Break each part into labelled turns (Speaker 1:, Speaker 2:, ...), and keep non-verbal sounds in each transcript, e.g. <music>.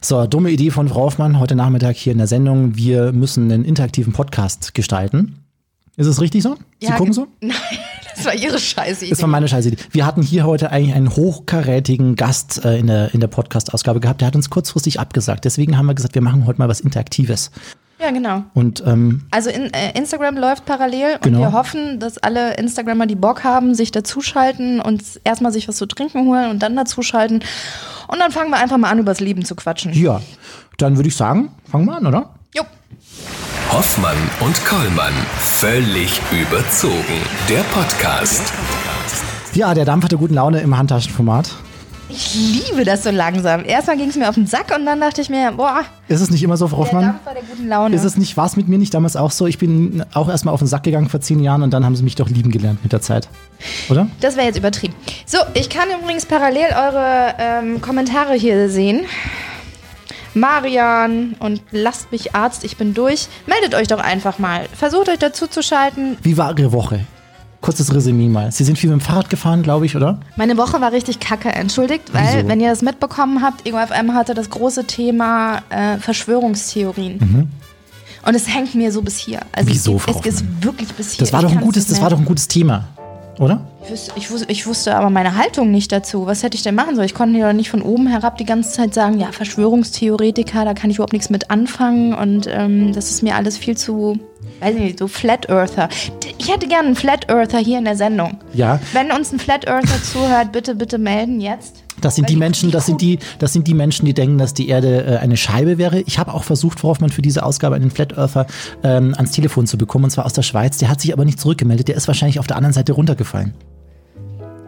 Speaker 1: So, dumme Idee von Frau Hoffmann heute Nachmittag hier in der Sendung. Wir müssen einen interaktiven Podcast gestalten. Ist es richtig so? Sie
Speaker 2: Ja,
Speaker 1: gucken
Speaker 2: ge-
Speaker 1: so?
Speaker 2: <laughs> Nein, das war ihre scheiße Idee.
Speaker 1: Das war meine scheiß Idee. Wir hatten hier heute eigentlich einen hochkarätigen Gast äh, in der, in der Podcast-Ausgabe gehabt. Der hat uns kurzfristig abgesagt. Deswegen haben wir gesagt, wir machen heute mal was Interaktives.
Speaker 2: ja, genau.
Speaker 1: Und ähm,
Speaker 2: Also in, äh, Instagram läuft parallel
Speaker 1: Genau.
Speaker 2: und wir hoffen, dass alle Instagrammer, die Bock haben, sich dazuschalten und erstmal sich was zu trinken holen und dann dazuschalten. Und dann fangen wir einfach mal an, übers Leben zu quatschen.
Speaker 1: ja, dann würde ich sagen, fangen wir an, oder?
Speaker 2: Jo.
Speaker 3: Hoffmann und Kollmann. Völlig überzogen. Der Podcast.
Speaker 1: Ja, der Dampf hatte guten Laune im Handtaschenformat.
Speaker 2: Ich liebe das so langsam. Erstmal ging es mir auf den Sack und dann dachte ich mir, boah,
Speaker 1: Ist es nicht immer so, Frau
Speaker 2: der
Speaker 1: Hoffmann?
Speaker 2: Dampf war der guten Laune.
Speaker 1: Ist es nicht, war es mit mir nicht damals auch so? Ich bin auch erstmal auf den Sack gegangen vor zehn Jahren und dann haben sie mich doch lieben gelernt mit der Zeit. Oder?
Speaker 2: Das wäre jetzt übertrieben. So, ich kann übrigens parallel eure ähm, Kommentare hier sehen. Marian und lasst mich Arzt, ich bin durch. Meldet euch doch einfach mal. Versucht euch dazu zu schalten.
Speaker 1: Wie war Ihre Woche? Kurzes Resümee mal. Sie sind viel mit dem Fahrrad gefahren, glaube ich, oder?
Speaker 2: Meine Woche war richtig kacke, entschuldigt, weil,
Speaker 1: Wieso?
Speaker 2: wenn ihr das mitbekommen habt, EgoFM hatte das große Thema äh, Verschwörungstheorien. Und es hängt mir so bis hier. Also
Speaker 1: Mhm. Wieso,
Speaker 2: es,
Speaker 1: Frau
Speaker 2: geht- es ist wirklich bis hier.
Speaker 1: Das war
Speaker 2: Ich
Speaker 1: doch ein
Speaker 2: kann's
Speaker 1: gutes,
Speaker 2: nicht
Speaker 1: das
Speaker 2: mehr.
Speaker 1: war doch ein gutes Thema, oder?
Speaker 2: Ich wüsste, ich, wus- ich wusste aber meine Haltung nicht dazu. Was hätte ich denn machen sollen? Ich konnte ja nicht von oben herab die ganze Zeit sagen, ja, Verschwörungstheoretiker, da kann ich überhaupt nichts mit anfangen und ähm, das ist mir alles viel zu, weiß ich nicht, so Flat Earther. D- Ich hätte gerne einen Flat Earther hier in der Sendung.
Speaker 1: Ja.
Speaker 2: Wenn uns ein Flat Earther zuhört, bitte, bitte melden jetzt.
Speaker 1: Das sind
Speaker 2: Weil
Speaker 1: die
Speaker 2: die-
Speaker 1: Menschen,
Speaker 2: die
Speaker 1: das sind
Speaker 2: Kuh-
Speaker 1: die, das sind die Menschen, die denken, dass die Erde äh, eine Scheibe wäre. Ich habe auch versucht, worauf man für diese Ausgabe einen Flat Earther ähm, ans Telefon zu bekommen, und zwar aus der Schweiz. Der hat sich aber nicht zurückgemeldet. Der ist wahrscheinlich auf der anderen Seite runtergefallen.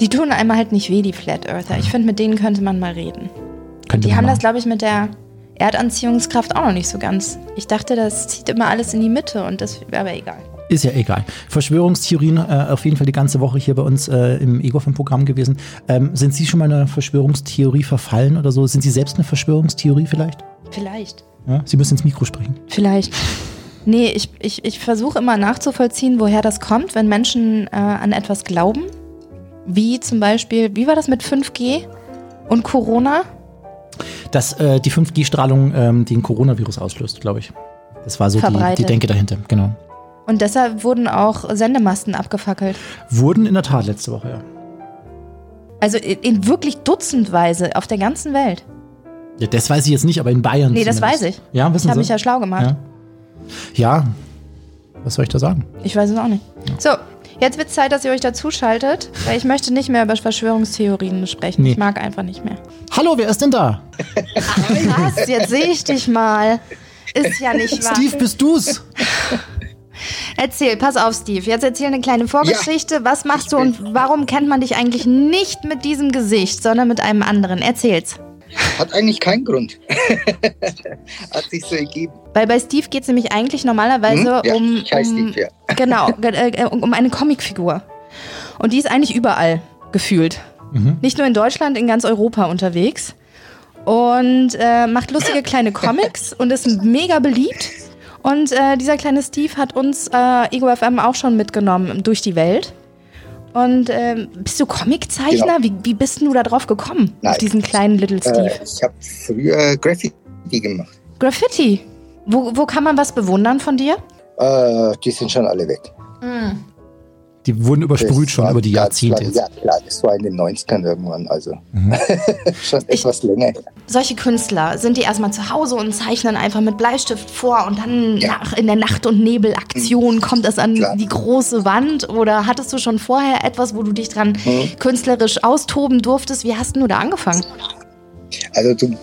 Speaker 2: Die tun einmal halt nicht weh, die Flat Earther. Ich finde, mit denen könnte man mal reden.
Speaker 1: Könnte
Speaker 2: Die
Speaker 1: man
Speaker 2: haben das,
Speaker 1: machen.
Speaker 2: glaube ich, mit der Erdanziehungskraft auch noch nicht so ganz. Ich dachte, das zieht immer alles in die Mitte und das, aber egal.
Speaker 1: Ist ja egal. Verschwörungstheorien äh, auf jeden Fall die ganze Woche hier bei uns äh, im ego vom Programm gewesen. Ähm, sind Sie schon mal einer Verschwörungstheorie verfallen oder so? Sind Sie selbst eine Verschwörungstheorie vielleicht?
Speaker 2: Vielleicht.
Speaker 1: Ja? Sie müssen ins Mikro sprechen.
Speaker 2: Vielleicht. Nee, ich, ich, ich versuche immer nachzuvollziehen, woher das kommt, wenn Menschen äh, an etwas glauben. Wie zum Beispiel, wie war das mit 5G und Corona?
Speaker 1: Dass äh, die 5G-Strahlung ähm, den Coronavirus auslöst, glaube ich. Das war so die, die
Speaker 2: Verbreitet.
Speaker 1: Denke dahinter. Genau.
Speaker 2: Und deshalb wurden auch Sendemasten abgefackelt.
Speaker 1: Wurden in der Tat letzte Woche, ja.
Speaker 2: Also in, in wirklich dutzendweise auf der ganzen Welt.
Speaker 1: ja das weiß ich jetzt nicht, aber in Bayern.
Speaker 2: Nee, das
Speaker 1: zumindest.
Speaker 2: weiß ich.
Speaker 1: Ja, wissen
Speaker 2: Ich
Speaker 1: Sie?
Speaker 2: habe mich ja schlau gemacht.
Speaker 1: Ja. ja. Was soll ich da sagen?
Speaker 2: Ich weiß es auch nicht. So, jetzt wird Zeit, dass ihr euch dazuschaltet, weil ich möchte nicht mehr über Verschwörungstheorien sprechen.
Speaker 1: Nee.
Speaker 2: Ich mag einfach nicht mehr.
Speaker 1: Hallo, wer ist denn da?
Speaker 2: Krass, jetzt sehe ich dich mal. Ist
Speaker 1: <laughs>
Speaker 2: ja nicht wahr.
Speaker 1: Steve, bist du's?
Speaker 2: Erzähl, pass auf, Steve. Jetzt erzähl eine kleine Vorgeschichte. Was machst du
Speaker 4: bin-
Speaker 2: und warum kennt man dich eigentlich nicht mit diesem Gesicht, sondern mit einem anderen? Erzähl's.
Speaker 4: Hat eigentlich keinen Grund. <laughs> Hat sich so ergeben.
Speaker 2: Weil bei Steve geht's nämlich eigentlich normalerweise
Speaker 4: Hm? Ja,
Speaker 2: um,
Speaker 4: ich heiß
Speaker 2: um
Speaker 4: Steve,
Speaker 2: <laughs>
Speaker 4: ja. <laughs>
Speaker 2: genau ge- äh, um um eine Comicfigur und die ist eigentlich überall gefühlt, nicht nur in Deutschland, in ganz Europa unterwegs und äh, macht lustige
Speaker 4: <laughs>
Speaker 2: kleine Comics und ist mega beliebt. Und äh, dieser kleine Steve hat uns äh, Ego FM auch schon mitgenommen durch die Welt. Und ähm, bist du Comiczeichner? Wie, wie bist denn du da drauf gekommen? Auf
Speaker 4: Genau. Nein.
Speaker 2: diesen kleinen Little Steve.
Speaker 4: Äh, ich habe früher Graffiti gemacht.
Speaker 2: Graffiti. Wo, wo kann man was bewundern von dir?
Speaker 4: Äh, die sind schon alle weg.
Speaker 1: Die wurden übersprüht
Speaker 4: Das
Speaker 1: schon
Speaker 4: war
Speaker 1: über die
Speaker 4: ganz
Speaker 1: Jahrzehnte
Speaker 4: lang-
Speaker 1: jetzt. Mhm.
Speaker 4: Ja, klar, das war in den 90ern irgendwann, also <laughs> schon
Speaker 2: Ich-
Speaker 4: etwas länger. her.
Speaker 2: solche Künstler sind die erstmal zu Hause und zeichnen einfach mit Bleistift vor und dann
Speaker 4: Ja. Mhm.
Speaker 2: nach, in der Nacht- und Nebelaktion kommt das an
Speaker 4: Klar.
Speaker 2: die große Wand oder hattest du schon vorher etwas, wo du dich dran
Speaker 4: Mhm.
Speaker 2: künstlerisch austoben durftest? Wie hast denn du da angefangen?
Speaker 4: <laughs> Also du,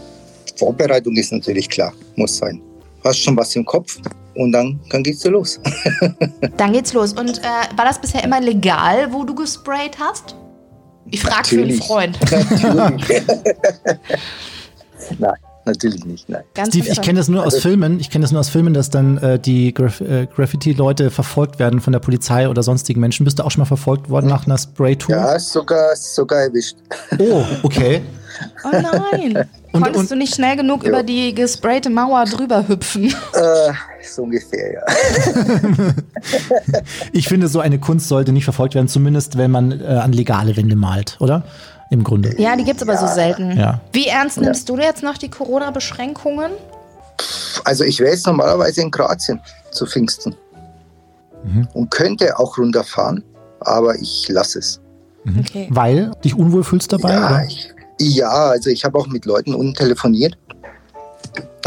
Speaker 4: Vorbereitung ist natürlich klar, muss sein. Hast schon was im Kopf und dann, dann geht's so los.
Speaker 2: Dann geht's los. Und äh, war das bisher immer legal, wo du gesprayt hast? Ich frag für einen
Speaker 4: Natürlich. <laughs>
Speaker 2: Freund.
Speaker 4: natürlich. <laughs> nein, natürlich nicht, nein.
Speaker 2: Ganz
Speaker 1: Steve, ich
Speaker 2: bestimmt.
Speaker 1: kenne das nur
Speaker 4: Also
Speaker 1: aus Filmen. Ich kenne das nur aus Filmen, dass dann äh, die Graf äh, Graffiti-Leute verfolgt werden von der Polizei oder sonstigen Menschen. Bist du auch schon mal verfolgt worden nach einer Spray-Tour?
Speaker 4: Ja, sogar, sogar erwischt.
Speaker 1: Oh, okay.
Speaker 2: Oh nein.
Speaker 1: <laughs> Und-
Speaker 2: Konntest
Speaker 1: und-
Speaker 2: du nicht schnell genug über die gesprayte Mauer drüber
Speaker 4: <laughs>
Speaker 2: hüpfen?
Speaker 4: Äh, so ungefähr, ja.
Speaker 1: Ich finde, so eine Kunst sollte nicht verfolgt werden, zumindest wenn man äh, an legale Wände malt, oder? im Grunde.
Speaker 2: Ja, die gibt es aber so selten.
Speaker 1: Ja.
Speaker 2: Wie ernst nimmst du jetzt noch die Corona-Beschränkungen?
Speaker 4: Also ich wäre jetzt normalerweise in Kroatien zu Pfingsten und könnte auch runterfahren, aber ich lasse es. Hm?
Speaker 2: Okay.
Speaker 1: Weil dich unwohl fühlst dabei?
Speaker 4: Ja,
Speaker 1: oder?
Speaker 4: ich, ja also ich habe auch mit Leuten unten telefoniert.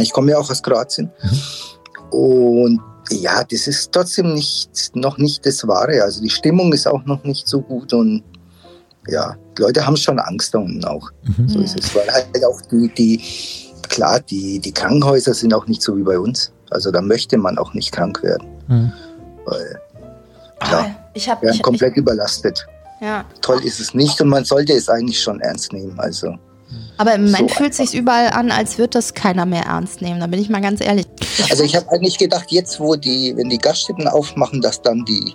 Speaker 4: Ich komme ja auch aus Kroatien. Und ja, das ist trotzdem nicht, noch nicht das Wahre. Also die Stimmung ist auch noch nicht so gut und ja, die Leute haben schon Angst da unten auch.
Speaker 1: Mhm.
Speaker 2: Hm.
Speaker 4: So ist es. Weil halt auch die, die klar, die, die Krankenhäuser sind auch nicht so wie bei uns. Also da möchte man auch nicht krank werden.
Speaker 1: Mhm.
Speaker 4: Weil
Speaker 2: Ah,
Speaker 4: klar,
Speaker 2: Ich habe ich,
Speaker 4: wir werden
Speaker 2: ich,
Speaker 4: komplett überlastet
Speaker 2: ja.
Speaker 4: toll ist es nicht und man sollte es eigentlich schon ernst nehmen. Also
Speaker 2: Aber im Moment
Speaker 4: So
Speaker 2: fühlt es sich überall an, als würde das keiner mehr ernst nehmen. Da bin ich mal ganz ehrlich.
Speaker 4: Also ich habe eigentlich gedacht, jetzt wo die, wenn die Gaststätten aufmachen, dass dann die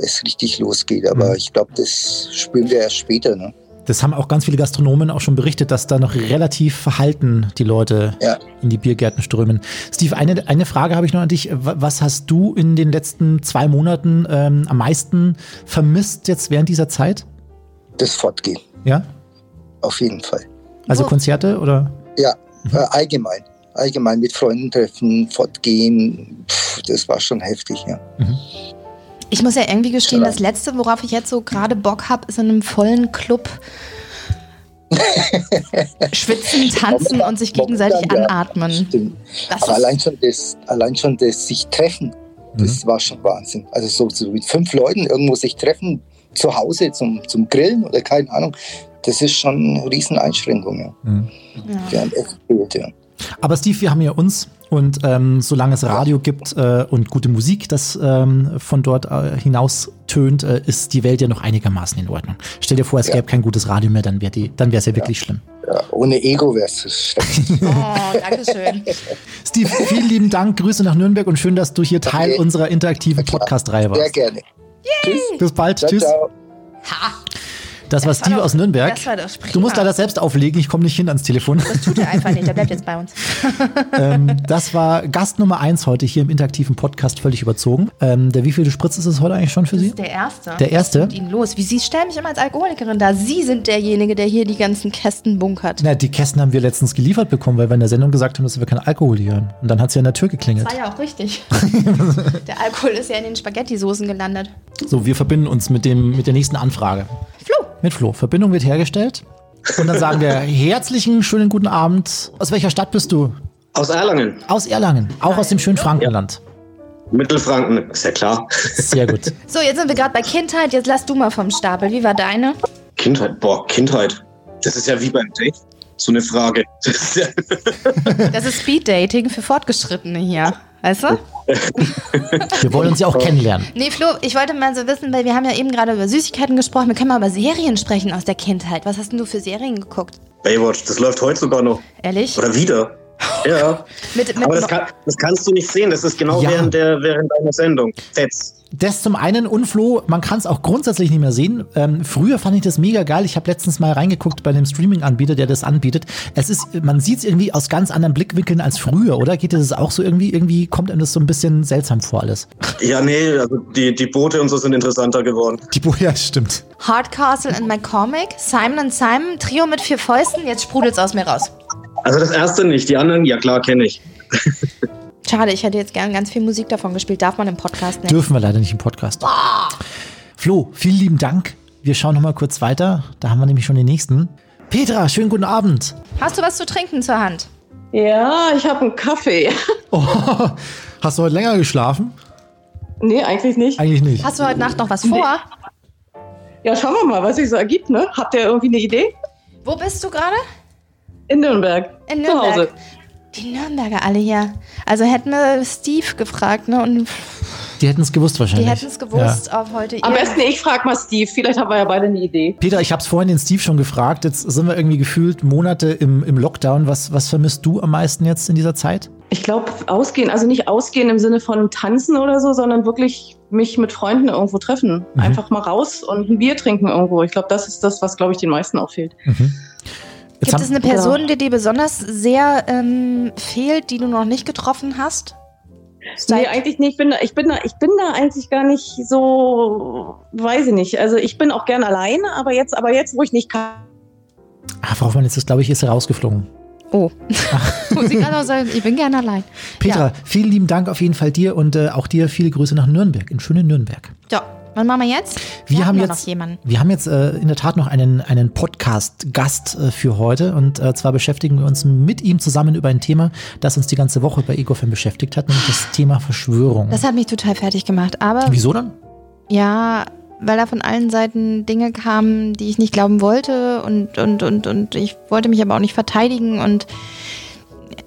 Speaker 4: es richtig losgeht. Aber
Speaker 1: Mhm.
Speaker 4: ich glaube, das spüren wir erst später. Ne?
Speaker 1: Das haben auch ganz viele Gastronomen auch schon berichtet, dass da noch relativ verhalten die Leute
Speaker 4: Ja.
Speaker 1: in die Biergärten strömen. Steve, eine, eine Frage habe ich noch an dich. W- Was hast du in den letzten zwei Monaten ähm, am meisten vermisst jetzt während dieser Zeit?
Speaker 4: Das Fortgehen,
Speaker 1: Ja?
Speaker 4: auf jeden Fall.
Speaker 1: Also
Speaker 2: Wo-
Speaker 1: Konzerte oder?
Speaker 4: Ja, äh, allgemein. Allgemein mit Freunden treffen, fortgehen, pff, das war schon heftig, ja.
Speaker 2: Ich muss ja irgendwie gestehen,
Speaker 4: Klar.
Speaker 2: das Letzte, worauf ich jetzt so gerade Bock habe, ist in einem vollen
Speaker 4: <laughs>
Speaker 2: Club schwitzen, tanzen und sich gegenseitig
Speaker 4: Momentan, ja.
Speaker 2: anatmen.
Speaker 4: Stimmt.
Speaker 2: Das
Speaker 4: Aber
Speaker 2: ist,
Speaker 4: allein schon das, allein schon das sich treffen,
Speaker 1: Mhm.
Speaker 4: das war schon Wahnsinn. Also so, so mit fünf Leuten irgendwo sich treffen, zu Hause zum, zum Grillen oder keine Ahnung, das ist schon eine riesen Einschränkung. Ja.
Speaker 1: Mhm.
Speaker 2: ja.
Speaker 4: Die haben echt gefehlt, ja.
Speaker 1: Aber Steve, wir haben ja uns und ähm, solange es Radio gibt äh, und gute Musik, das ähm, von dort äh, hinaus tönt, äh, ist die Welt ja noch einigermaßen in Ordnung. Stell dir vor, es
Speaker 4: Ja.
Speaker 1: gäbe kein gutes Radio mehr, dann wäre es ja, ja wirklich schlimm.
Speaker 4: Ja, ohne Ego wär's es
Speaker 1: <laughs>
Speaker 4: schrecklich.
Speaker 2: Oh, danke schön.
Speaker 1: Steve, vielen lieben Dank, Grüße nach Nürnberg und schön, dass du hier Teil
Speaker 4: Okay.
Speaker 1: unserer interaktiven
Speaker 4: klar.
Speaker 1: Podcast-Reihe
Speaker 4: Sehr
Speaker 1: warst.
Speaker 4: gerne. Tschüss.
Speaker 1: Bis bald,
Speaker 4: Ciao,
Speaker 1: tschüss.
Speaker 4: ciao.
Speaker 1: Das war Steve
Speaker 2: doch-
Speaker 1: aus Nürnberg.
Speaker 2: das war doch prima.
Speaker 1: du musst leider selbst auflegen, ich komme nicht hin ans
Speaker 2: <laughs>
Speaker 1: Telefon.
Speaker 2: Tut er einfach nicht, der bleibt jetzt bei uns.
Speaker 1: ähm, das war Gast Nummer eins heute hier im interaktiven Podcast, völlig überzogen. Ähm, der wievielte Spritz ist es heute eigentlich schon für
Speaker 2: Das
Speaker 4: Hm?
Speaker 1: Sie?
Speaker 2: ist der Erste.
Speaker 1: Der erste?
Speaker 2: Mit Ihnen los. Wie Sie stellen mich immer als Alkoholikerin da. Sie sind derjenige, der hier die ganzen Kästen bunkert.
Speaker 1: Na, die Kästen haben wir letztens geliefert bekommen, weil wir in der Sendung gesagt haben, dass wir keinen Alkohol hier haben. Und dann hat sie an der Tür geklingelt.
Speaker 2: War ja auch richtig. der Alkohol ist ja in den Spaghetti-Soßen gelandet.
Speaker 1: So, wir verbinden uns mit, dem, mit der nächsten Anfrage.
Speaker 2: Flo,
Speaker 1: Mit Flo. Verbindung wird hergestellt. Und dann sagen wir herzlichen, schönen guten Abend. Aus welcher Stadt bist du?
Speaker 5: Aus Erlangen,
Speaker 1: Aus Erlangen. Auch aus dem schönen Frankenland.
Speaker 5: Mittelfranken, ist ja klar.
Speaker 1: Sehr gut.
Speaker 2: So, jetzt sind wir gerade bei Kindheit. Jetzt lass du mal vom Stapel. Wie war deine?
Speaker 5: Kindheit, boah, Kindheit. Das ist ja wie beim Date. So eine Frage. <laughs> Das ist ja,
Speaker 2: Das ist Speed-Dating für Fortgeschrittene hier. Weißt du?
Speaker 1: Wir wollen uns ja auch kennenlernen.
Speaker 2: Nee, Flo, ich wollte mal so wissen, weil wir haben ja eben gerade über Süßigkeiten gesprochen. Wir können mal über Serien sprechen aus der Kindheit. Was hast denn du für Serien geguckt?
Speaker 5: Baywatch, das läuft heute sogar noch.
Speaker 2: Ehrlich?
Speaker 5: Oder wieder. Ja.
Speaker 2: Mit, mit
Speaker 5: Aber das, kann, das kannst du nicht sehen. Das ist genau
Speaker 1: Ja.
Speaker 5: während, der, während deiner Sendung. Jetzt.
Speaker 1: Das zum einen und Flo, man kann es auch grundsätzlich nicht mehr sehen. Ähm, früher fand ich das mega geil. Ich habe letztens mal reingeguckt bei dem Streaming-Anbieter, der das anbietet. Es ist, man sieht es irgendwie aus ganz anderen Blickwinkeln als früher, oder? Geht dir das auch so irgendwie? Irgendwie kommt einem das so ein bisschen seltsam vor alles.
Speaker 5: Ja, nee, also die, die Boote und so sind interessanter geworden.
Speaker 1: Die Boja, stimmt.
Speaker 2: Hardcastle and McCormick, Simon and Simon, Trio mit vier Fäusten. Jetzt sprudelt's aus mir raus.
Speaker 5: Also das erste nicht, die anderen, ja klar, kenne ich.
Speaker 2: Schade, ich hätte jetzt gern ganz viel Musik davon gespielt. Darf man im Podcast nicht?
Speaker 1: Dürfen wir leider nicht im Podcast. Flo, vielen lieben Dank. Wir schauen noch mal kurz weiter. Da haben wir nämlich schon den nächsten. Petra, schönen guten Abend.
Speaker 2: Hast du was zu trinken zur Hand?
Speaker 6: Ja, ich habe einen Kaffee. <laughs>
Speaker 1: Oh, <laughs> hast du heute länger geschlafen?
Speaker 6: Nee, eigentlich nicht.
Speaker 1: Eigentlich nicht.
Speaker 2: Hast du heute Nacht noch was vor?
Speaker 6: Ja, schauen wir mal, was sich so ergibt, ne? Habt ihr irgendwie eine Idee?
Speaker 2: Wo bist du gerade?
Speaker 6: In Nürnberg.
Speaker 2: In
Speaker 6: Zu
Speaker 2: Nürnberg.
Speaker 6: Hause.
Speaker 2: Die Nürnberger alle hier. Also hätten wir Steve gefragt, ne? Und
Speaker 1: Die hätten es gewusst
Speaker 2: die
Speaker 1: wahrscheinlich.
Speaker 2: hätten es gewusst auf heute.
Speaker 6: Am
Speaker 2: ihr-
Speaker 6: besten, ich frage mal Steve. Vielleicht haben wir ja beide eine Idee.
Speaker 1: Peter, ich habe es vorhin den Steve schon gefragt. Jetzt sind wir irgendwie gefühlt Monate im, im Lockdown. Was, was vermisst du am meisten jetzt in dieser Zeit?
Speaker 6: Ich glaube, ausgehen, also nicht ausgehen im Sinne von tanzen oder so, sondern wirklich mich mit Freunden irgendwo treffen.
Speaker 1: Mhm.
Speaker 6: Einfach mal raus und ein Bier trinken irgendwo. Ich glaube, das ist das, was, glaube ich, den meisten auch fehlt.
Speaker 1: Mhm. Jetzt
Speaker 2: Gibt es
Speaker 1: haben,
Speaker 2: eine Person, die dir besonders sehr ähm, fehlt, die du noch nicht getroffen hast?
Speaker 6: Nee,
Speaker 2: Seit-
Speaker 6: eigentlich nicht. Ich bin, da, ich, bin da, ich bin da eigentlich gar nicht so, weiß ich nicht. Also ich bin auch gern alleine, aber jetzt, aber jetzt, wo ich nicht kann,
Speaker 1: Ah, Frau Hoffmann, jetzt ist, glaube ich, ist er rausgeflogen.
Speaker 2: Oh. Muss ich gerade auch sagen, ich bin gerne allein.
Speaker 1: Petra, vielen lieben Dank auf jeden Fall dir und äh, auch dir viele Grüße nach Nürnberg, in schöne Nürnberg.
Speaker 7: So, was machen wir jetzt?
Speaker 1: Wir haben
Speaker 7: ja
Speaker 1: jetzt-
Speaker 7: noch jemanden.
Speaker 1: Wir haben jetzt äh, in der Tat noch einen, einen Podcast-Gast äh, für heute und äh, zwar beschäftigen wir uns mit ihm zusammen über ein Thema, das uns die ganze Woche bei EgoFam beschäftigt hat, nämlich das Thema Verschwörung.
Speaker 7: Das hat mich total fertig gemacht. Aber
Speaker 1: Wieso dann?
Speaker 7: ja, weil da von allen Seiten Dinge kamen, die ich nicht glauben wollte und, und, und, und ich wollte mich aber auch nicht verteidigen und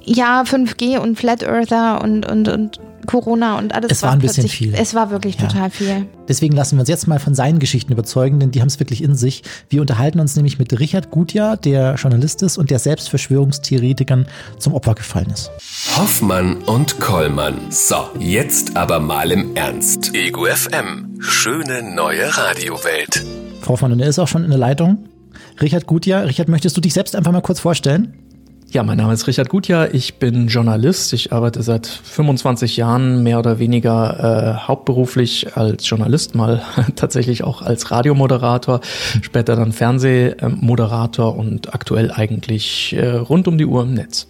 Speaker 7: ja, 5G und Flat Earther und, und, und Corona und alles.
Speaker 1: Es war ein bisschen
Speaker 7: plötzlich-
Speaker 1: viel.
Speaker 7: Es war wirklich
Speaker 1: Ja.
Speaker 7: total viel.
Speaker 1: Deswegen lassen wir uns jetzt mal von seinen Geschichten überzeugen, denn die haben es wirklich in sich. Wir unterhalten uns nämlich mit Richard Gutjahr, der Journalist ist und der selbst Verschwörungstheoretikern zum Opfer gefallen ist.
Speaker 3: Hoffmann und Kollmann. So, jetzt aber mal im Ernst. Ego FM. Schöne neue Radiowelt.
Speaker 1: Frau Hoffmann, und er ist auch schon in der Leitung. Richard Gutjahr, Richard, möchtest du dich selbst einfach mal kurz vorstellen?
Speaker 8: Ja, mein Name ist Richard Gutjahr, ich bin Journalist. Ich arbeite seit 25 Jahren mehr oder weniger äh, hauptberuflich als Journalist, mal <laughs> tatsächlich auch als Radiomoderator, später dann Fernsehmoderator und aktuell eigentlich äh, rund um die Uhr im Netz.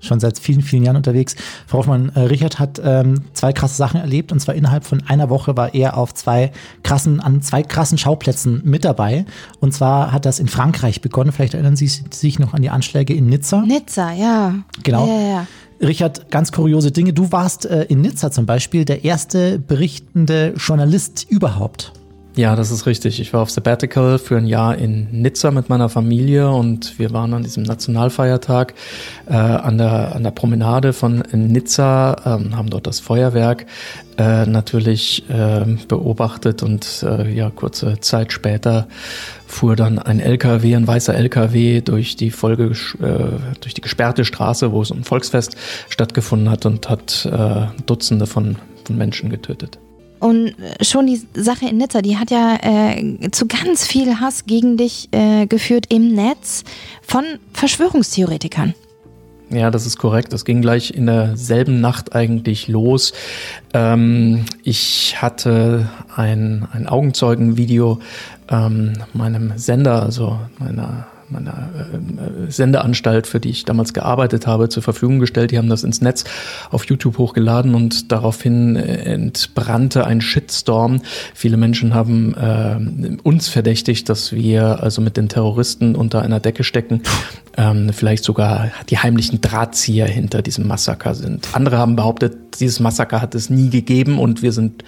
Speaker 1: Schon seit vielen, vielen Jahren unterwegs. Frau Hoffmann, äh, Richard hat ähm, zwei krasse Sachen erlebt und zwar innerhalb von einer Woche war er auf zwei krassen, an zwei krassen Schauplätzen mit dabei. Und zwar hat das in Frankreich begonnen. Vielleicht erinnern Sie sich noch an die Anschläge in Nizza.
Speaker 7: Nizza, ja.
Speaker 1: Genau.
Speaker 7: Ja, ja, ja.
Speaker 1: Richard, ganz kuriose Dinge. Du warst äh, in Nizza zum Beispiel der erste berichtende Journalist überhaupt.
Speaker 8: Ja, das ist richtig. Ich war auf Sabbatical für ein Jahr in Nizza mit meiner Familie und wir waren an diesem Nationalfeiertag äh, an, der, an der Promenade von Nizza, ähm, haben dort das Feuerwerk äh, natürlich ähm, beobachtet und äh, ja, kurze Zeit später fuhr dann ein LKW, ein weißer LKW durch die Folge, äh, durch die gesperrte Straße, wo es ein Volksfest stattgefunden hat und hat äh, Dutzende von, von Menschen getötet.
Speaker 7: Und äh, schon die Sache in Nizza, die hat ja äh, zu ganz viel Hass gegen dich äh, geführt im Netz von Verschwörungstheoretikern.
Speaker 8: Ja, das ist korrekt. Das ging gleich in derselben Nacht eigentlich los. Ähm, ich hatte ein, ein Augenzeugenvideo ähm, meinem Sender, also meiner, meiner ähm, äh, Sendeanstalt, für die ich damals gearbeitet habe, zur Verfügung gestellt. Die haben das ins Netz auf YouTube hochgeladen und daraufhin äh, entbrannte ein Shitstorm. Viele Menschen haben ähm, uns verdächtigt, dass wir also mit den Terroristen unter einer Decke stecken ähm, vielleicht sogar die heimlichen Drahtzieher hinter diesem Massaker sind. Andere haben behauptet, dieses Massaker hat es nie gegeben und wir sind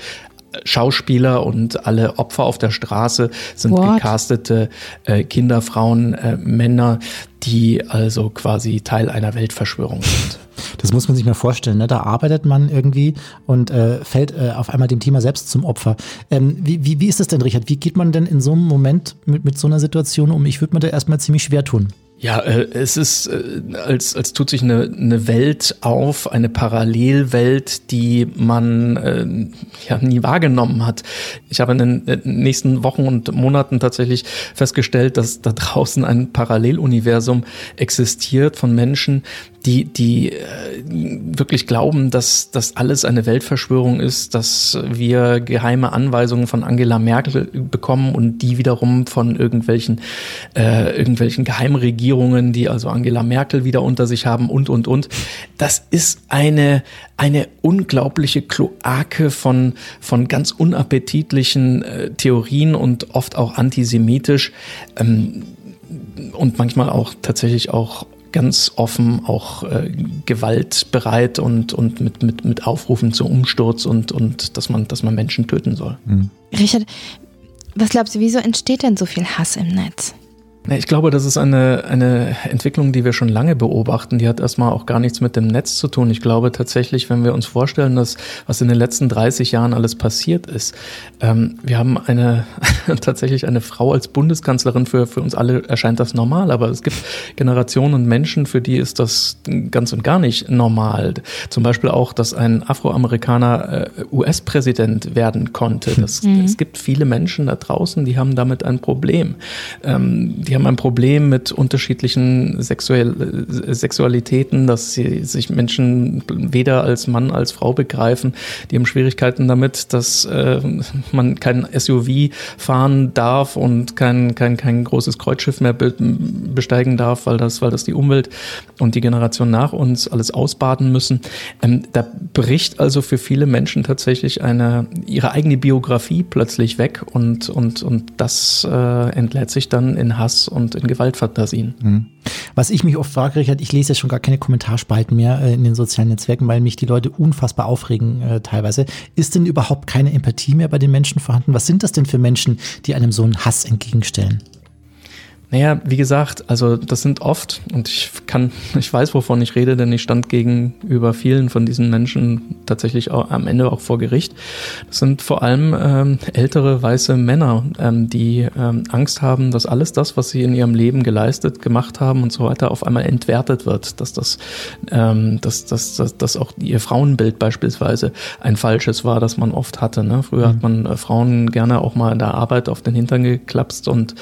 Speaker 8: Schauspieler und alle Opfer auf der Straße sind
Speaker 7: What?
Speaker 8: gecastete äh, Kinder, Frauen, äh, Männer, die also quasi Teil einer Weltverschwörung sind.
Speaker 1: Das muss man sich mal vorstellen. Ne? Da arbeitet man irgendwie und äh, fällt äh, auf einmal dem Thema selbst zum Opfer. Ähm, wie, wie, wie ist das denn, Richard? Wie geht man denn in so einem Moment mit, mit so einer Situation um? Ich würde mir da erstmal ziemlich schwer tun.
Speaker 8: Ja, äh, es ist, äh, als, als tut sich eine, eine Welt auf, eine Parallelwelt, die man äh, ja nie wahrgenommen hat. Ich habe in den äh, nächsten Wochen und Monaten tatsächlich festgestellt, dass da draußen ein Paralleluniversum existiert von Menschen, die, die äh, wirklich glauben, dass das alles eine Weltverschwörung ist, dass wir geheime Anweisungen von Angela Merkel bekommen und die wiederum von irgendwelchen, äh, irgendwelchen Geheimregierungen, die also Angela Merkel wieder unter sich haben und, und, und. Das ist eine, eine unglaubliche Kloake von, von ganz unappetitlichen äh, Theorien und oft auch antisemitisch und manchmal auch tatsächlich auch ganz offen, auch äh, gewaltbereit und, und mit, mit, mit Aufrufen zum Umsturz und, und dass, man, dass man Menschen töten soll.
Speaker 7: Richard, was glaubst du, wieso entsteht denn so viel Hass im Netz?
Speaker 8: Na, Ich glaube, das ist eine, eine Entwicklung, die wir schon lange beobachten. Die hat erstmal auch gar nichts mit dem Netz zu tun. Ich glaube tatsächlich, wenn wir uns vorstellen, dass, was in den letzten 30 Jahren alles passiert ist, ähm, wir haben eine, <laughs> tatsächlich eine Frau als Bundeskanzlerin. Für, für uns alle erscheint das normal, aber es gibt Generationen und Menschen, für die ist das ganz und gar nicht normal. Zum Beispiel auch, dass ein Afroamerikaner äh, US-Präsident werden konnte. Das, Es gibt viele Menschen da draußen, die haben damit ein Problem Ähm, die haben ein Problem mit unterschiedlichen Sexuell äh, Sexualitäten, dass sie sich Menschen weder als Mann als Frau begreifen. Die haben Schwierigkeiten damit, dass äh, man kein SUV fahren darf und kein, kein, kein großes Kreuzschiff mehr be besteigen darf, weil das, weil das die Umwelt und die Generation nach uns alles ausbaden müssen. Ähm, da bricht also für viele Menschen tatsächlich eine, ihre eigene Biografie plötzlich weg und, und, und das äh, entlädt sich dann in Hass und in Gewaltfantasien.
Speaker 1: Mhm. Was ich mich oft frage, Richard, ich lese ja schon gar keine Kommentarspalten mehr äh, in den sozialen Netzwerken, weil mich die Leute unfassbar aufregen äh, teilweise. Ist denn überhaupt keine Empathie mehr bei den Menschen vorhanden? Was sind das denn für Menschen, die einem so einen Hass entgegenstellen?
Speaker 8: Naja, wie gesagt, also das sind oft, und ich kann, <laughs> ich weiß, wovon ich rede, denn ich stand gegenüber vielen von diesen Menschen tatsächlich auch, am Ende auch vor Gericht. Das sind vor allem ähm, ältere weiße Männer, ähm, die ähm, Angst haben, dass alles das, was sie in ihrem Leben geleistet, gemacht haben und so weiter, auf einmal entwertet wird, dass das, ähm, dass, dass, dass, dass auch ihr Frauenbild beispielsweise ein falsches war, das man oft hatte. Ne? Früher hat man äh, Frauen gerne auch mal in der Arbeit auf den Hintern geklapst und,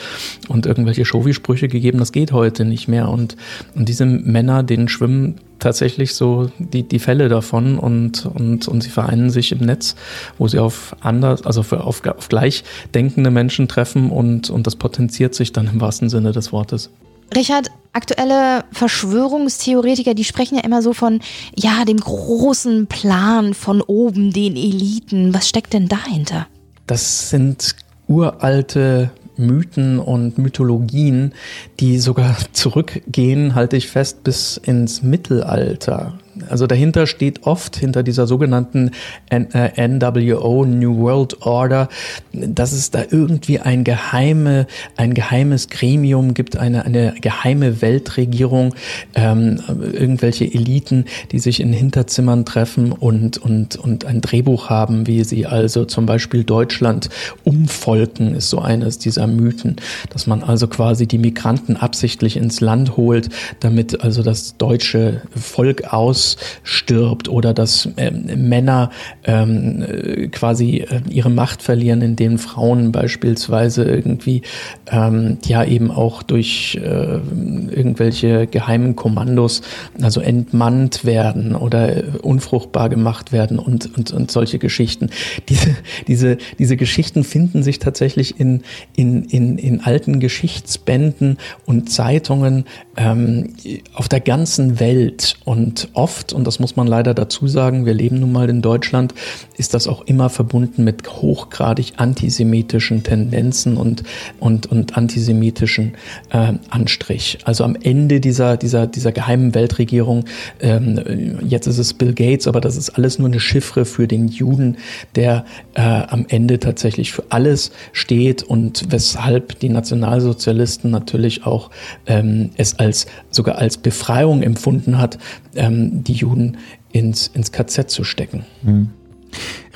Speaker 8: und irgendwelche Show Profi-Sprüche gegeben, das geht heute nicht mehr. Und, und diese Männer, denen schwimmen tatsächlich so die, die Fälle davon und, und, und sie vereinen sich im Netz, wo sie auf anders, also für, auf, auf gleich denkende Menschen treffen und, und das potenziert sich dann im wahrsten Sinne des Wortes.
Speaker 7: Richard, aktuelle Verschwörungstheoretiker, die sprechen ja immer so von, ja, dem großen Plan von oben, den Eliten. Was steckt denn dahinter?
Speaker 8: Das sind uralte Mythen und Mythologien, die sogar <laughs> zurückgehen, halte ich fest, bis ins Mittelalter. Also dahinter steht oft hinter dieser sogenannten äh, NWO New World Order, dass es da irgendwie ein geheime, ein geheimes Gremium gibt, eine, eine geheime Weltregierung, ähm, irgendwelche Eliten, die sich in Hinterzimmern treffen und, und, und ein Drehbuch haben, wie sie also zum Beispiel Deutschland umvolken, ist so eines dieser Mythen, dass man also quasi die Migranten absichtlich ins Land holt, damit also das deutsche Volk aus stirbt oder dass ähm, Männer ähm, quasi äh, ihre Macht verlieren, indem Frauen beispielsweise irgendwie ähm, ja eben auch durch äh, irgendwelche geheimen Kommandos also entmannt werden oder äh, unfruchtbar gemacht werden und, und, und solche Geschichten. Diese, diese, diese Geschichten finden sich tatsächlich in, in, in, in alten Geschichtsbänden und Zeitungen ähm, auf der ganzen Welt und oft und das muss man leider dazu sagen, wir leben nun mal in Deutschland, ist das auch immer verbunden mit hochgradig antisemitischen Tendenzen und, und, und antisemitischen äh, Anstrich. Also am Ende dieser, dieser, dieser geheimen Weltregierung, ähm, jetzt ist es Bill Gates, aber das ist alles nur eine Chiffre für den Juden, der äh, am Ende tatsächlich für alles steht und weshalb die Nationalsozialisten natürlich auch ähm, es als sogar als Befreiung empfunden hat, ähm, die Juden ins, ins KZ zu stecken. Mhm.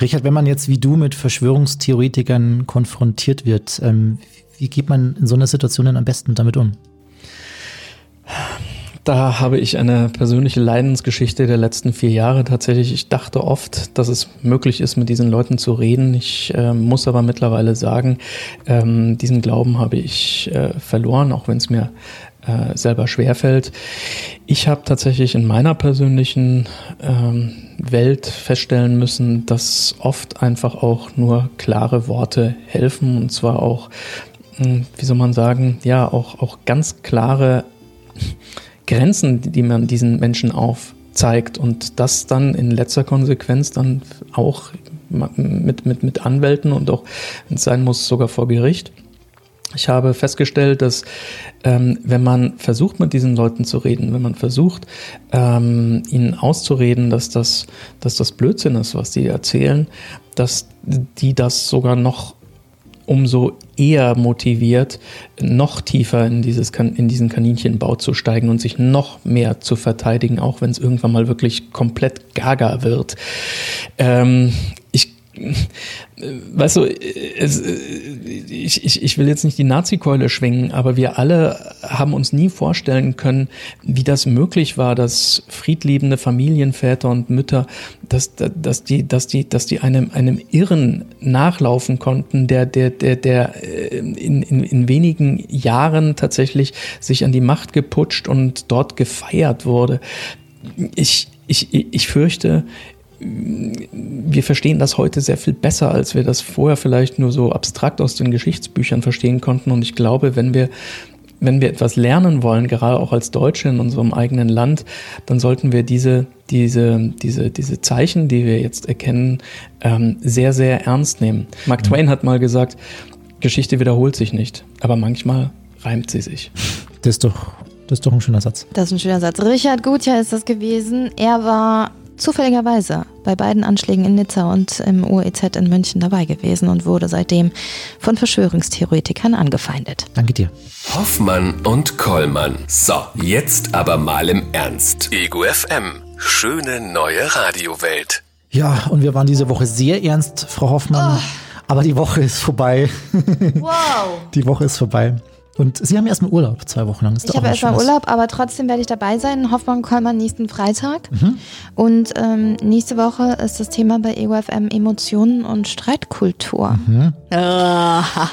Speaker 1: Richard, wenn man jetzt wie du mit Verschwörungstheoretikern konfrontiert wird, ähm, wie geht man in so einer Situation denn am besten damit um?
Speaker 8: Da habe ich eine persönliche Leidensgeschichte der letzten vier Jahre tatsächlich. Ich dachte oft, dass es möglich ist, mit diesen Leuten zu reden. Ich äh, muss aber mittlerweile sagen, ähm, diesen Glauben habe ich äh, verloren, auch wenn es mir äh, selber schwerfällt. Ich habe tatsächlich in meiner persönlichen ähm, Welt feststellen müssen, dass oft einfach auch nur klare Worte helfen und zwar auch, mh, wie soll man sagen, ja, auch, auch ganz klare Grenzen, die man diesen Menschen aufzeigt und das dann in letzter Konsequenz dann auch mit, mit, mit Anwälten und auch, wenn es sein muss, sogar vor Gericht. Ich habe festgestellt, dass ähm, wenn man versucht, mit diesen Leuten zu reden, wenn man versucht, ähm, ihnen auszureden, dass das, dass das Blödsinn ist, was die erzählen, dass die das sogar noch umso eher motiviert, noch tiefer in, dieses, in diesen Kaninchenbau zu steigen und sich noch mehr zu verteidigen, auch wenn es irgendwann mal wirklich komplett gaga wird. Ähm, ich weißt du, äh, es, ich, ich, ich will jetzt nicht die Nazi-Keule schwingen, aber wir alle haben uns nie vorstellen können, wie das möglich war, dass friedliebende Familienväter und Mütter, dass, dass die, dass die, dass die einem, einem Irren nachlaufen konnten, der, der, der, der äh, in, in, in wenigen Jahren tatsächlich sich an die Macht geputscht und dort gefeiert wurde. Ich, ich, ich fürchte, wir verstehen das heute sehr viel besser, als wir das vorher vielleicht nur so abstrakt aus den Geschichtsbüchern verstehen konnten. Und ich glaube, wenn wir, wenn wir etwas lernen wollen, gerade auch als Deutsche in unserem eigenen Land, dann sollten wir diese, diese, diese, diese Zeichen, die wir jetzt erkennen, ähm, sehr, sehr ernst nehmen. Mark Twain hat mal gesagt, Geschichte wiederholt sich nicht, aber manchmal reimt sie sich.
Speaker 1: Das ist doch, das ist doch ein schöner Satz.
Speaker 2: Das ist ein schöner Satz. Richard Gutjahr ist das gewesen. Er war zufälligerweise bei beiden Anschlägen in Nizza und im OEZ in München dabei gewesen und wurde seitdem von Verschwörungstheoretikern angefeindet.
Speaker 1: Danke dir.
Speaker 3: Hoffmann und Kollmann. So, jetzt aber mal im Ernst. Ego FM. Schöne neue Radiowelt.
Speaker 1: Ja, und wir waren diese Woche sehr ernst, Frau
Speaker 2: Ah.
Speaker 1: Hoffmann. Aber die Woche ist vorbei.
Speaker 9: Wow.
Speaker 1: <laughs> Die Woche ist vorbei. Und Sie haben erstmal Urlaub, zwei Wochen lang. Ist
Speaker 2: Ich
Speaker 1: doch
Speaker 2: habe
Speaker 1: auch ein
Speaker 2: erstmal
Speaker 1: schönes-
Speaker 2: Urlaub, aber trotzdem werde ich dabei sein. Hoffmann Kollmann nächsten Freitag.
Speaker 1: Mhm.
Speaker 2: Und ähm, nächste Woche ist das Thema bei E EUFM Emotionen und Streitkultur.
Speaker 1: Mhm.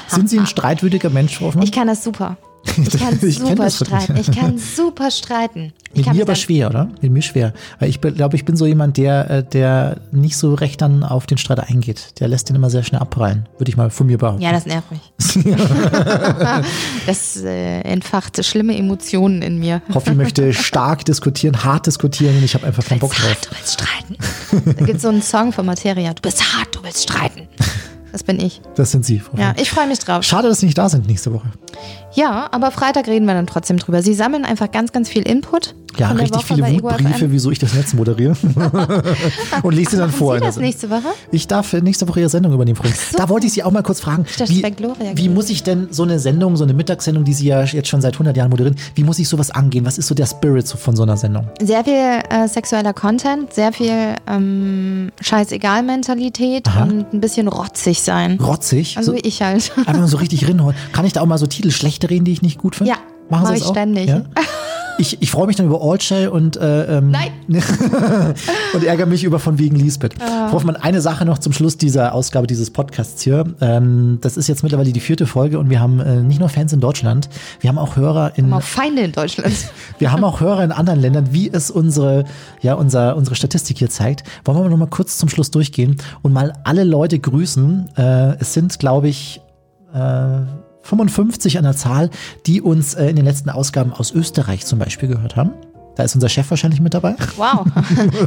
Speaker 1: Sind Sie ein streitwürdiger Mensch, Frau Hoffmann?
Speaker 2: Ich kann das super.
Speaker 1: <laughs>
Speaker 2: Ich kann
Speaker 1: Ich kenn
Speaker 2: super
Speaker 1: das von dir.
Speaker 2: streiten. Ich kann super streiten. Ich
Speaker 1: Mit
Speaker 2: kann
Speaker 1: mir
Speaker 2: mich
Speaker 1: aber
Speaker 2: dann-
Speaker 1: schwer, oder? Mit mir schwer. Weil ich glaube, ich bin so jemand, der, äh, der nicht so recht dann auf den Streit eingeht. Der lässt den immer sehr schnell abprallen. Würde ich mal von mir behaupten.
Speaker 2: Ja, das nervt mich.
Speaker 1: <laughs>
Speaker 2: das äh, entfacht schlimme Emotionen in mir.
Speaker 1: Hoffi möchte stark diskutieren, hart diskutieren und ich habe einfach keinen Bock drauf.
Speaker 2: du willst streiten. da gibt so einen Song von Materia. Du bist hart, du willst streiten. Das bin ich.
Speaker 1: Das sind Sie, Frau
Speaker 2: Ja,
Speaker 1: Hoffmann.
Speaker 2: ich freue mich drauf.
Speaker 1: Schade, dass Sie nicht da sind nächste Woche.
Speaker 2: Ja, aber Freitag reden wir dann trotzdem drüber. Sie sammeln einfach ganz, ganz viel Input.
Speaker 1: Ja,
Speaker 2: von der
Speaker 1: richtig
Speaker 2: Woche
Speaker 1: viele
Speaker 2: bei
Speaker 1: Wutbriefe,
Speaker 2: EUFM.
Speaker 1: wieso ich das Netz
Speaker 2: <laughs>
Speaker 1: moderiere. und lese sie dann vor.
Speaker 2: Sie
Speaker 1: in der
Speaker 2: das
Speaker 1: Sendung.
Speaker 2: nächste Woche?
Speaker 1: Ich darf nächste Woche Ihre Sendung übernehmen, Frau. Da wollte ich Sie auch mal kurz fragen,
Speaker 2: dachte,
Speaker 1: wie,
Speaker 2: es wäre Gloria
Speaker 1: wie
Speaker 2: gewesen.
Speaker 1: muss ich denn so eine Sendung, so eine Mittagssendung, die Sie ja jetzt schon seit 100 Jahren moderieren, wie muss ich sowas angehen? Was ist so der Spirit so von so einer Sendung?
Speaker 2: Sehr viel äh, sexueller Content, sehr viel ähm, Scheißegal-Mentalität und ein bisschen rotzig sein.
Speaker 1: Rotzig?
Speaker 2: Also
Speaker 1: so,
Speaker 2: wie ich halt. <laughs>
Speaker 1: einfach mal so richtig rinhauen. Kann ich da auch mal so Titel schlecht reden, die ich nicht gut finde?
Speaker 2: Ja,
Speaker 1: Machen
Speaker 2: mach
Speaker 1: Sie das
Speaker 2: ich
Speaker 1: auch?
Speaker 2: ständig. <laughs>
Speaker 1: Ja? Ich, ich freue mich dann über Allshell und, äh, ähm,
Speaker 2: Nein.
Speaker 1: <laughs> und ärgere mich über von wegen Lisbeth.
Speaker 2: Ah.
Speaker 1: Frau Hoffmann, eine Sache noch zum Schluss dieser Ausgabe dieses Podcasts hier. Ähm, das ist jetzt mittlerweile die vierte Folge und wir haben äh, nicht nur Fans in Deutschland, wir haben auch Hörer in
Speaker 2: Mal Feinde
Speaker 1: <laughs>
Speaker 2: in Deutschland.
Speaker 1: wir haben auch Hörer in anderen Ländern, wie es unsere, ja, unser, unsere Statistik hier zeigt. Wollen wir noch mal kurz zum Schluss durchgehen und mal alle Leute grüßen. Äh, es sind, glaube ich, äh, 55 an der Zahl, die uns äh, in den letzten Ausgaben aus Österreich zum Beispiel gehört haben. Da ist unser Chef wahrscheinlich mit dabei.
Speaker 2: Wow.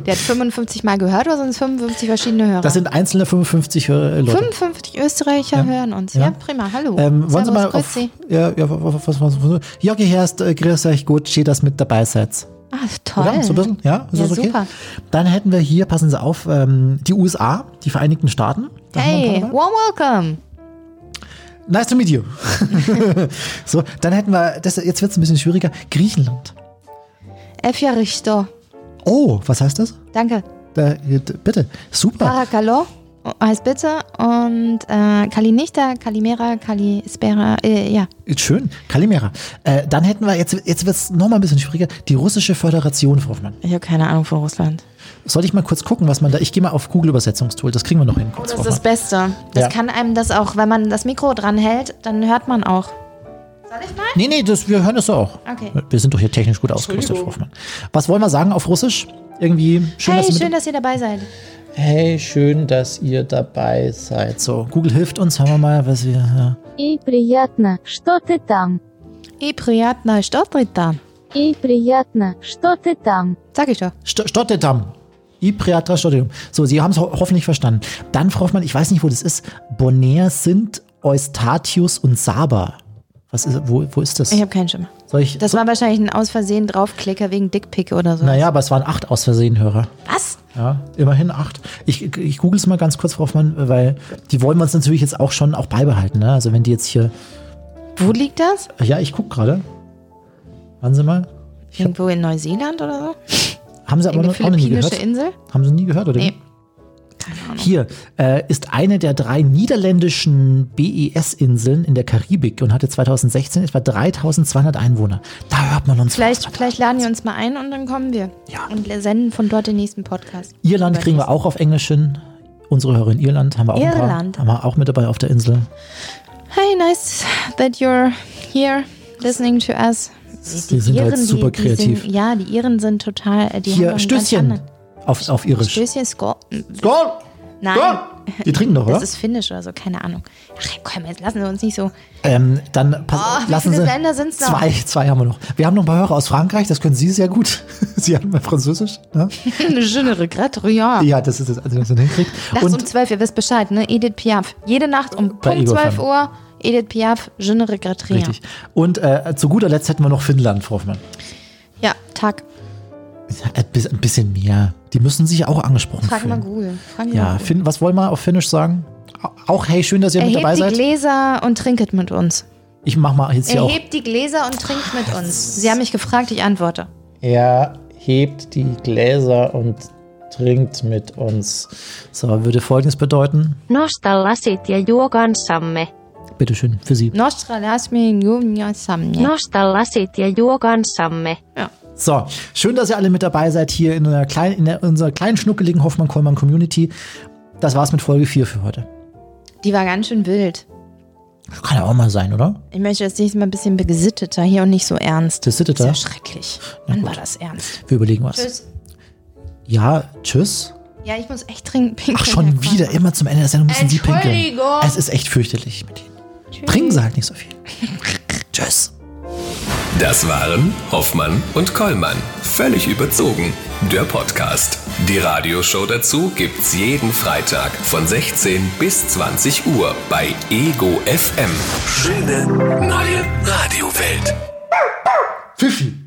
Speaker 2: Der hat 55 Mal gehört oder sind es 55 verschiedene Hörer?
Speaker 1: Das sind einzelne 55 Hör- Leute.
Speaker 2: 55 Österreicher hören uns.
Speaker 1: Ja.
Speaker 2: Ja, prima. Hallo.
Speaker 1: Ähm, wollen Sie
Speaker 2: Servus,
Speaker 1: mal
Speaker 2: grüß
Speaker 1: auf,
Speaker 2: Sie.
Speaker 1: ja, ja, was, was, was, was, Jörg Herst, äh, grüß euch gut, schön, dass mit dabei seid.
Speaker 2: Ah, toll.
Speaker 1: Oder? So ein bisschen? Ja, ist
Speaker 2: Ja,
Speaker 1: das okay?
Speaker 2: super.
Speaker 1: Dann hätten wir hier, passen Sie auf, ähm, die USA, die Vereinigten Staaten. Da haben wir ein
Speaker 2: Hey,
Speaker 1: paar
Speaker 2: warm
Speaker 1: dabei.
Speaker 2: welcome.
Speaker 1: Nice to meet you. <laughs> so, dann hätten wir, das, jetzt wird es ein bisschen schwieriger, Griechenland.
Speaker 2: Efja Richter.
Speaker 1: Oh, was heißt das?
Speaker 2: Danke.
Speaker 1: Da, bitte, super.
Speaker 2: Parakalo heißt bitte und äh, Kalinichta, Kalimera, Kalispera, äh, ja.
Speaker 1: Ist Schön, Kalimera. Äh, dann hätten wir, jetzt, jetzt wird es nochmal ein bisschen schwieriger, die russische Föderation, Frau Hoffmann.
Speaker 2: Ich habe keine Ahnung von Russland.
Speaker 1: Sollte ich mal kurz gucken, was man da, ich gehe mal auf Google-Übersetzungstool, das kriegen wir noch hin. Kurz,
Speaker 2: Oh, Das
Speaker 1: Frau
Speaker 2: ist das
Speaker 1: Hoffmann.
Speaker 2: Beste. Das
Speaker 1: Ja.
Speaker 2: kann einem das auch, wenn man das Mikro dran hält, dann hört man auch.
Speaker 1: nee, nee, das, wir hören es auch.
Speaker 2: Okay.
Speaker 1: Wir sind doch hier technisch gut ausgerüstet, Frau Hoffmann. Was wollen wir sagen auf Russisch? Irgendwie schön, dass
Speaker 2: hey,
Speaker 1: Sie mit-
Speaker 2: schön, dass ihr dabei seid.
Speaker 1: Hey, schön, dass ihr dabei seid. So, Google hilft uns. Haben wir mal, was wir. Ja.
Speaker 10: И приятно, что ты там.
Speaker 2: I priatna stotrita.
Speaker 10: И приятно, что ты там.
Speaker 2: Sag ich doch.
Speaker 1: St- Stottetam. Ipriatra Stottetam. So, Sie haben es ho hoffentlich verstanden. Dann, Frau Hoffmann, ich weiß nicht, wo das ist. Bonaire sind Eustatius und Saba. Was ist, wo, wo ist das?
Speaker 2: Ich habe keinen Schimmer.
Speaker 1: Soll ich.
Speaker 2: Das war wahrscheinlich ein aus Versehen draufklicker wegen Dickpick oder so.
Speaker 1: naja, aber es waren acht aus Versehen, Hörer.
Speaker 2: Was?
Speaker 1: Ja, immerhin acht. Ich, ich google es mal ganz kurz, Frau Hoffmann, weil die wollen wir uns natürlich jetzt auch schon auch beibehalten. Ne? Also, wenn die jetzt hier.
Speaker 2: Wo liegt das?
Speaker 1: Ja, ich gucke gerade. Warten Sie mal.
Speaker 2: Irgendwo in Neuseeland oder so?
Speaker 1: Haben Sie aber
Speaker 2: Irgendeine
Speaker 1: noch, auch noch nie
Speaker 2: philippinische
Speaker 1: gehört?
Speaker 2: Insel?
Speaker 1: Haben Sie nie gehört, oder? wie?
Speaker 2: Nee.
Speaker 1: Hier äh, ist eine der drei niederländischen BES-Inseln in der Karibik und hatte 2016 etwa 3200 Einwohner. Da hört man uns
Speaker 2: Vielleicht,
Speaker 1: raus.
Speaker 2: vielleicht laden die uns mal ein und dann kommen wir.
Speaker 1: Ja.
Speaker 2: Und wir senden von dort den nächsten Podcast.
Speaker 1: Irland kriegen wir auch auf Englisch hin. Unsere Hörerin Irland haben wir auch, ein paar,
Speaker 2: Irland.
Speaker 1: haben wir auch mit dabei auf der Insel.
Speaker 2: Hey, nice that you're here listening to us.
Speaker 1: Die sind halt super kreativ.
Speaker 2: Sind, ja, die Iren sind total. äh, Die haben
Speaker 1: Hier,
Speaker 2: noch einen
Speaker 1: Stößchen
Speaker 2: ganz anderen-
Speaker 1: auf, auf Irisch.
Speaker 2: Stößchen, Skor.
Speaker 1: Goal!
Speaker 2: Nein.
Speaker 1: Goal! Die trinken doch,
Speaker 2: Das
Speaker 1: oder?
Speaker 2: ist finnisch oder so, keine Ahnung. Ach komm, jetzt lassen Sie uns nicht so.
Speaker 1: Ähm, dann pass,
Speaker 2: Oh, wie
Speaker 1: lassen
Speaker 2: viele
Speaker 1: Sie.
Speaker 2: Länder sind's noch? <laughs>
Speaker 1: Zwei, zwei haben wir noch. Wir haben noch ein paar Hörer aus Frankreich, das können Sie sehr gut. <laughs> Sie haben mal Französisch. Ne?
Speaker 2: Je ne regrette rien.
Speaker 1: Ja, das ist das Einzige, was man hinkriegt.
Speaker 2: Nachts um
Speaker 1: Und
Speaker 2: 12, ihr wisst Bescheid, ne? Edith Piaf. Jede Nacht um
Speaker 1: Bei
Speaker 2: Punkt
Speaker 1: Ego
Speaker 2: 12
Speaker 1: FM.
Speaker 2: Uhr, Edith Piaf, Je ne regrette rien.
Speaker 1: richtig. Und äh, zu guter Letzt hätten wir noch Finnland, Frau Hoffmann.
Speaker 2: Ja, Tag.
Speaker 1: Ein bis- ein bisschen mehr. Die müssen sich auch angesprochen
Speaker 2: Frag mal
Speaker 1: fühlen.
Speaker 2: Google. Frag mal
Speaker 1: Ja,
Speaker 2: Google.
Speaker 1: Finn, was wollen wir auf Finnisch sagen? Auch hey, schön, dass ihr mit dabei
Speaker 2: Erhebt
Speaker 1: seid.
Speaker 2: die Gläser und trinket mit uns.
Speaker 1: Ich mach mal jetzt hier auch. Ah,
Speaker 2: Erhebt die Gläser und trinkt mit uns. Sie haben mich gefragt, ich antworte.
Speaker 1: Er hebt die Gläser und trinkt mit uns. So, würde folgendes bedeuten.
Speaker 10: Nosta lasit ja juo kanssamme.
Speaker 1: Bitteschön, für Sie.
Speaker 2: Nostra las mi junior samne.
Speaker 10: Nosta lasit ja juo kanssamme.
Speaker 1: So, schön, dass ihr alle mit dabei seid hier in, einer kleinen, in der, unserer kleinen, schnuckeligen Hoffmann-Kollmann-Community. Das war's mit Folge 4 für heute.
Speaker 2: Die war ganz schön wild.
Speaker 1: Das kann ja auch mal sein, oder?
Speaker 2: Ich möchte das nächste Mal ein bisschen gesitteter hier und nicht so ernst.
Speaker 1: Gesitteter?
Speaker 2: Ist ja schrecklich. Wann war das ernst?
Speaker 1: Wir überlegen was.
Speaker 2: Tschüss.
Speaker 1: Ja, tschüss.
Speaker 2: Ja, ich muss echt trinken. pinkeln,
Speaker 1: Ach, schon
Speaker 2: Herr Kramer.
Speaker 1: wieder. Immer zum Ende der Sendung müssen Sie pinkeln.
Speaker 2: Entschuldigung.
Speaker 1: Es ist echt fürchterlich mit Ihnen. Trinken Sie halt nicht
Speaker 2: <laughs>
Speaker 1: so viel. tschüss.
Speaker 3: Das waren Hoffmann und Kollmann. Völlig überzogen. Der Podcast. Die Radioshow dazu gibt's jeden Freitag von 16 bis 20 Uhr bei Ego FM. Schöne neue Radiowelt.
Speaker 1: Pfiffi.